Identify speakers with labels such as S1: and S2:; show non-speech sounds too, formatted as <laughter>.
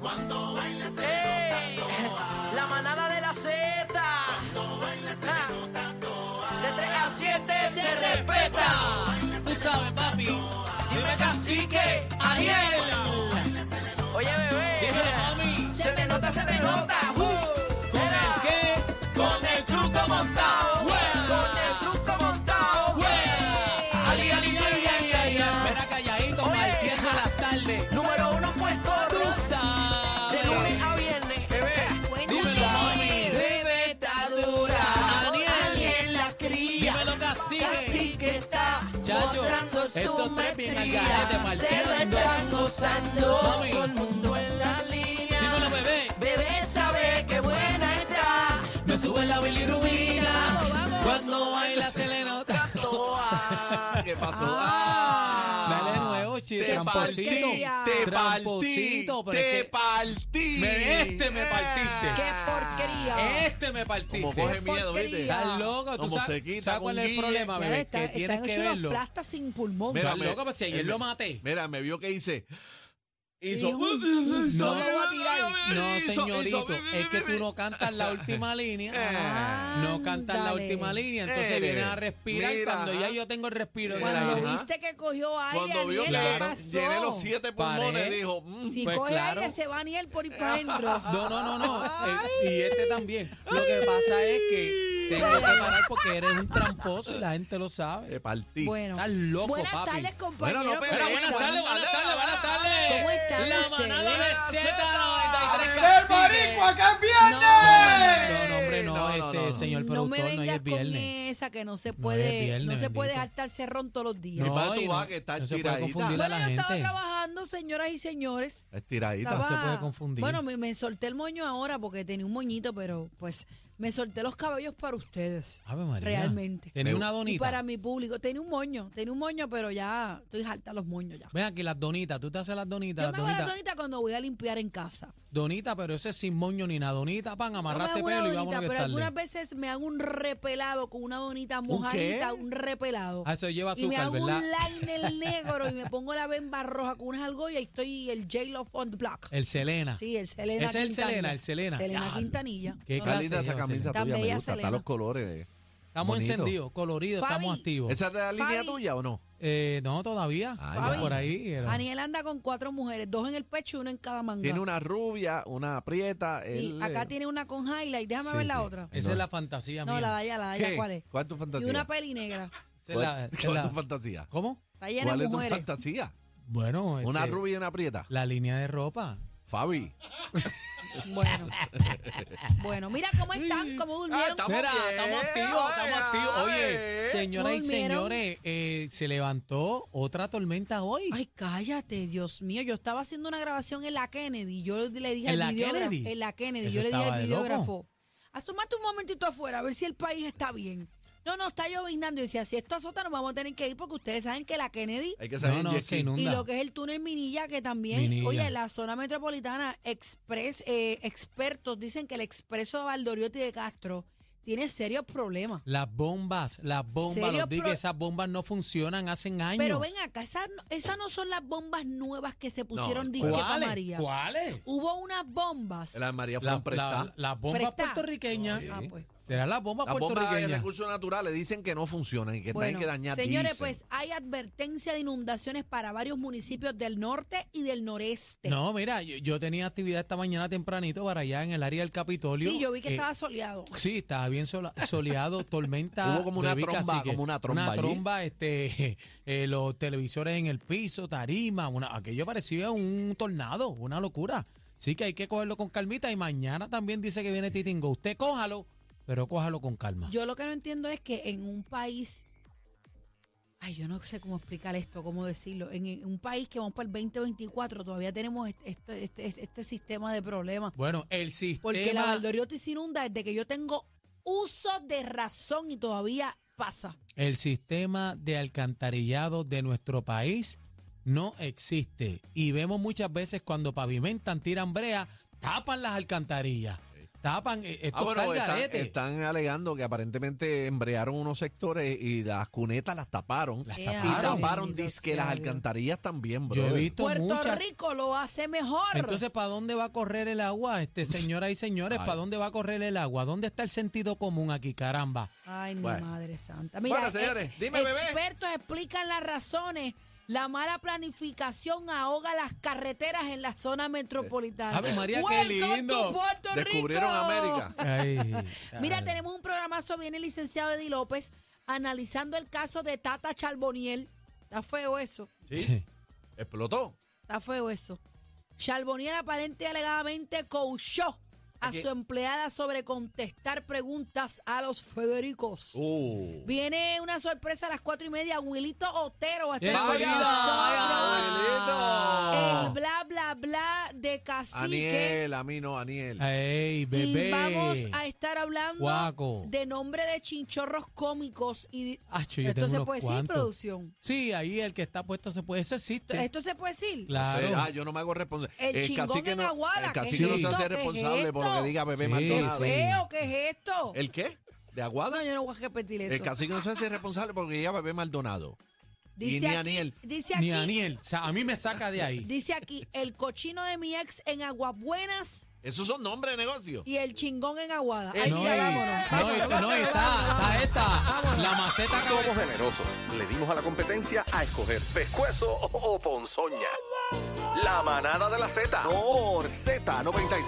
S1: Cuando baila se
S2: ¡Ey!
S1: le nota toa.
S2: La manada de la Z.
S1: Cuando baila se
S2: Ah.
S1: le nota toa.
S2: De 3 a 7
S3: se respeta. Tú sabes, papi. Dime cacique, Ariel.
S2: Oye, bebé.
S3: Dime, mami.
S2: Se te nota, se te nota. Uh.
S3: ¿Con
S2: Era.
S3: el qué? Con el truco montado. ¡Wea!
S2: Con el truco montado.
S3: ¡Wea! Ali, ali, ay, ay, ay, ay. Verá calladito,
S2: Oye.
S3: maltiendo a las tardes.
S2: Número uno en Puerto
S3: Tú
S2: Rico. De
S3: sabes.
S2: lunes a viernes.
S3: Dímelo, mami.
S2: Bebé está dura.
S3: Aniel
S2: la cría.
S3: Dímelo, cacique.
S2: que está
S3: Chacho,
S2: mostrando su
S3: estos tres bien este al
S2: maestría.
S3: garete,
S2: Se lo
S3: partiendo.
S2: están gozando
S3: Mami.
S2: todo el mundo en la línea.
S3: Dímelo, bebé.
S2: Bebé sabe que buena
S3: <laughs>
S2: está.
S3: Me sube la bilirubina.
S2: Vamos, vamos.
S3: Cuando baila se le nota.
S1: Ah, ¿Qué pasó?
S4: Ah.
S1: Ah.
S3: Dale de nuevo, chico.
S1: Te partí,
S3: Tramposito.
S1: te partí,
S3: Tramposito. pero
S1: te
S3: es que
S1: partí. Eh.
S3: Me- este me partiste.
S4: ¡Qué porquería!
S3: este me
S1: Como coge
S3: partiste.
S1: miedo, ¿viste?
S4: porquería.
S3: Estás loco. ¿Tú
S1: Como
S3: sabes,
S1: se quita
S3: ¿sabes
S1: con
S3: cuál es el
S1: guille.
S3: problema,
S4: Mira,
S3: bebé?
S4: está-
S3: que
S4: está
S3: tienes que
S4: haciendo unos
S3: verlo.
S4: plastas sin pulmón.
S3: Mira,
S4: Mira,
S3: Estás
S1: me-
S3: loco, pues, si ayer
S1: él
S3: lo
S1: me-
S3: maté.
S1: Mira, me vio que hice. uh,
S3: Hizo-
S4: No
S3: No,
S4: lo va a tirar.
S3: no,
S1: Hizo-
S3: señorito.
S1: hizo-
S3: Es que tú no cantas la
S1: <laughs>
S3: última línea.
S4: Ah,
S3: No cantas la
S4: ándale.
S3: última línea. Entonces
S1: Eh,
S3: vienes a respirar.
S1: mira,
S3: Cuando ya
S1: ajá.
S3: yo tengo el respiro.
S1: Cuando
S3: ya,
S4: Cuando
S3: ajá.
S4: viste que cogió aire,
S1: Cuando vio que
S4: Aniel, ¿qué
S3: Claro.
S4: pasó?
S1: llené los siete pulmones,
S3: Paré.
S1: dijo. mm,
S4: Si
S3: Pues
S4: coge
S3: claro.
S4: aire, se va Aniel por ir para adentro.
S3: <laughs> No, no, no, no. Eh, y este también. Lo que pasa es que tengo que parar porque eres un tramposo y la gente lo sabe.
S1: Te partí.
S4: Bueno.
S3: Estás loco,
S4: buenas
S3: papi.
S4: tardes, compañero.
S1: Bueno, no, pero
S3: Mira,
S4: ¿cómo
S3: buenas
S4: están?
S3: tardes, buenas tardes, buenas tardes.
S4: ¿Cómo están
S3: La
S4: ustedes?
S3: manada de Z93
S5: ¡El
S3: Cacique.
S5: marico acá es
S4: No,
S5: viernes!
S3: No, no, hombre, no,
S1: No, no,
S3: este
S1: no, no.
S3: señor
S4: no
S3: productor,
S4: me
S3: no, hoy
S4: vengas
S3: es
S4: con
S3: viernes.
S4: esa que no se
S3: No,
S4: puede,
S3: hoy es viernes,
S4: no se
S3: bendito.
S4: puede jaltar cerrón todos los días.
S1: No, para tu
S3: y
S1: vaca que está
S3: no se puede
S1: tiradita.
S3: confundir a
S4: bueno,
S3: la
S4: yo estaba
S3: gente.
S4: trabajando, señoras y señores.
S1: Estiradita.
S3: Estaba-
S4: Estaba-
S3: se puede confundir.
S4: Bueno, me, me solté el moño ahora porque tenía un moñito, pero pues me solté los cabellos para ustedes.
S3: Ave María.
S4: Realmente.
S3: Tenía
S1: Me-
S3: una
S4: Y
S3: donita.
S4: para mi público. Tenía un moño, tenía un moño, pero ya estoy harta de los moños ya.
S3: Ven aquí, las donitas. Tú te haces las donitas.
S4: Yo
S3: Las
S4: me hago la
S3: donitas.
S4: donita cuando voy a limpiar en casa.
S3: Donita, pero ese es sin moño ni nada. Donita, pan,
S4: No me
S3: amarraste
S4: hago una
S3: pelo y
S4: donita,
S3: vámonos que
S4: pero
S3: tarde.
S4: algunas veces me hago un repelado con una donita
S1: qué?
S4: mojadita, un, repelado.
S3: Ah, eso lleva
S4: y me
S3: azúcar,
S4: hago
S3: ¿verdad? <laughs>
S4: un liner negro y me pongo la bemba roja con unas algo y ahí estoy el J-Love on the block.
S3: El Selena.
S4: Sí, el
S3: Ese
S4: Selena
S3: es el
S4: Quintanilla.
S3: Selena, el Selena. Ya.
S4: Quintanilla.
S3: Qué
S1: Está
S4: No,
S3: clase
S1: linda esa
S3: lleva,
S1: camisa
S3: Selena.
S1: tuya,
S4: Tan
S1: me
S4: bella,
S1: gusta. Está
S4: Selena.
S1: los colores.
S3: Estamos
S1: Bonito.
S3: encendidos, coloridos,
S4: Fabi.
S3: estamos activos.
S1: ¿Esa es de la línea
S4: Fabi.
S1: tuya o no?
S3: Eh, no, todavía.
S1: Ah,
S3: Vamos
S1: ya.
S3: por ahí. era-
S4: Aniel anda con cuatro mujeres, dos en el pecho y una en cada manga.
S1: Tiene una rubia, una aprieta.
S4: Sí,
S1: él, eh,
S4: acá tiene una con highlight, déjame
S1: sí,
S4: ver la
S1: sí.
S4: otra.
S3: Esa
S1: No.
S3: es la fantasía
S4: No,
S3: mía.
S4: la de allá, la de allá,
S1: ¿Qué?
S4: ¿cuál es?
S1: ¿Cuál es tu fantasía?
S4: Y una peli negra.
S3: Esa es
S1: ¿Cuál,
S3: la- esa es
S1: cuál es
S3: la-
S1: tu fantasía?
S3: ¿Cómo?
S4: Está llena
S1: ¿Cuál
S4: de
S1: es tu
S4: mujeres.
S1: fantasía?
S3: Bueno,
S1: ¿Una
S3: este,
S1: rubia y una aprieta?
S3: la línea de ropa.
S1: Fabi.
S3: <laughs>
S4: Bueno. bueno, mira cómo están, cómo durmieron.
S1: estamos-
S3: Mira,
S1: bien,
S3: estamos activos, estamos
S1: ay,
S3: activos. Oye,
S1: ay.
S3: señoras y
S4: Durmieron.
S3: señores, eh, se levantó otra tormenta hoy.
S4: Ay, cállate, Dios mío. Yo estaba haciendo una grabación en la Kennedy. Yo le dije
S3: ¿En
S4: al
S3: la
S4: videógrafo.
S3: Kennedy?
S4: En la Kennedy.
S3: Eso
S4: yo le dije
S3: estaba
S4: al
S3: de loco.
S4: videógrafo. Asómate un momentito afuera a ver si el país está bien. No, no, está lloviznando. Y decía, si esto azota, nos vamos a tener que ir porque ustedes saben que la Kennedy
S1: Hay que saber
S3: no, no, se
S4: y
S3: inunda.
S4: lo que es el túnel Minilla, que también,
S3: Minilla.
S4: oye, la zona metropolitana, express, eh, expertos dicen que el expreso de Valdoriotti de Castro tiene serios problemas.
S3: Las bombas, las bombas,
S4: Serio
S3: los dije,
S4: pro-
S3: esas bombas no funcionan, hacen años.
S4: Pero ven acá, esas no- esas no son las bombas nuevas que se pusieron disque pa'
S3: ¿Cuáles?
S4: María.
S3: ¿Cuáles?
S4: Hubo unas bombas.
S1: La de María
S3: La-
S1: Fran presta.
S3: la- Las bombas
S4: Prestá.
S3: puertorriqueñas.
S4: Ah, pues.
S3: Será las bombas
S1: Las bombas de
S3: puertorriqueñas.
S1: recursos naturales dicen que no funcionan y que tienen
S4: Bueno,
S1: que dañar. Ah,
S4: señores,
S1: dicen.
S4: pues hay advertencia de inundaciones para varios municipios del norte y del noreste.
S3: No, mira, yo, yo tenía actividad esta mañana tempranito para allá en el área del Capitolio.
S4: sí, yo vi que
S3: Eh,
S4: estaba soleado.
S3: Sí, estaba bien sola-
S1: <laughs>
S3: soleado, tormenta.
S1: Hubo como una
S3: bebé,
S1: tromba,
S3: cacique.
S1: como una tromba
S3: Una
S1: allí.
S3: tromba, este, <laughs> eh, los televisores en el piso, tarima, una, aquello parecía un tornado, una locura. Sí que hay que cogerlo con calmita y mañana también dice que viene Titingo. Usted cójalo, pero cójalo con calma.
S4: Yo lo que no entiendo es que en un país, ay, yo no sé cómo explicar esto, cómo decirlo, en, en un país que vamos para el 2024 todavía tenemos este, este, este- este- este sistema de problemas.
S3: bueno, el sistema.
S4: Porque la Valdoriotti se inunda desde que yo tengo uso de razón y todavía pasa.
S3: El sistema de alcantarillado de nuestro país no existe. Y vemos muchas veces cuando pavimentan, tiran brea, tapan las alcantarillas. tapan. eh, Esto
S1: Ah,
S3: está
S1: bueno,
S3: al
S1: están,
S3: garete.
S1: están alegando que aparentemente embrearon unos sectores y las cunetas las taparon.
S3: Las
S4: Eh,
S1: y
S3: taparon.
S1: taparon
S4: bendito
S1: disque
S4: sea
S1: las
S4: Dios.
S1: alcantarillas también, bro.
S3: Yo he visto
S4: Puerto
S3: muchas.
S4: Rico lo hace mejor.
S3: Entonces, ¿para dónde va a correr el agua,
S1: <laughs>
S3: este señoras y señores?
S1: Ay.
S3: ¿Para dónde va a correr el agua? ¿Dónde está el sentido común aquí, caramba?
S4: Ay, mi
S1: Bueno.
S4: madre santa. Mira, eh,
S1: Bueno, señores, dime, bebé.
S4: Expertos explican las razones. La mala planificación ahoga las carreteras en la zona metropolitana.
S3: Ave María, qué
S4: Welcome
S3: lindo.
S4: to Puerto
S1: Descubrieron
S4: Rico.
S1: América. <laughs>
S3: Ay,
S4: Mira,
S3: ay.
S4: tenemos un programazo, viene el licenciado Eddie López analizando el caso de Tata Charboniel. Está feo eso,
S1: Sí,
S3: Sí.
S1: Explotó.
S4: está feo eso. Charboniel aparente y alegadamente coachó a
S1: Ok.
S4: su empleada sobre contestar preguntas a los Federicos.
S1: Uh.
S4: Viene una sorpresa a las cuatro y media. Wilito Otero va a estar
S3: ¡Qué
S4: con
S3: bonito!
S4: nosotros.
S1: ¡Vaya, Wilito!
S4: El bla, bla, bla de cacique.
S1: Aniel, a mí no, Aniel.
S3: Ey, bebé.
S4: Y vamos a estar hablando
S3: Guaco.
S4: de nombre de chinchorros cómicos. y
S1: Ah,
S3: Acho, yo
S4: Esto
S3: tengo
S4: se
S3: unos
S4: puede decir,
S3: cuantos.
S4: producción.
S3: Sí, ahí el que está puesto se puede. Eso existe.
S4: Esto se puede decir.
S1: No sé,
S3: Claro.
S1: ah, yo no me hago responsable.
S4: El chingón en
S1: no,
S4: Aguada,
S1: el
S4: ¿qué es
S1: cacique no se
S3: esto?
S1: hace
S4: ¿Qué es
S1: responsable por lo
S4: esto?
S1: que diga Bebé
S3: Sí,
S4: ¡Qué
S1: Maldonado.
S3: sí.
S4: feo! ¿Qué es esto?
S1: ¿El qué? ¿De
S4: No,
S1: Aguada?
S4: yo no voy a repetir
S1: El
S4: eso.
S1: cacique no se hace responsable porque diga Bebé Maldonado.
S4: Dice
S1: y ni
S4: aquí-
S1: Aniel.
S4: Dice
S3: Ni
S4: aquí,
S3: Daniel. O sea, a mí me saca de ahí.
S4: dice aquí, el cochino de mi ex en Aguabuenas
S1: Esos son nombres de negocio.
S4: y el chingón en Aguada.
S1: Eh,
S4: Ay,
S3: No, y-
S4: mira, vámonos.
S3: no, y- no, y está, está esta. La maceta
S5: Somos
S3: cabeza.
S5: generosos. Le dimos a la competencia a escoger pescuezo o ponzoña. La manada de la Z. Por Z93.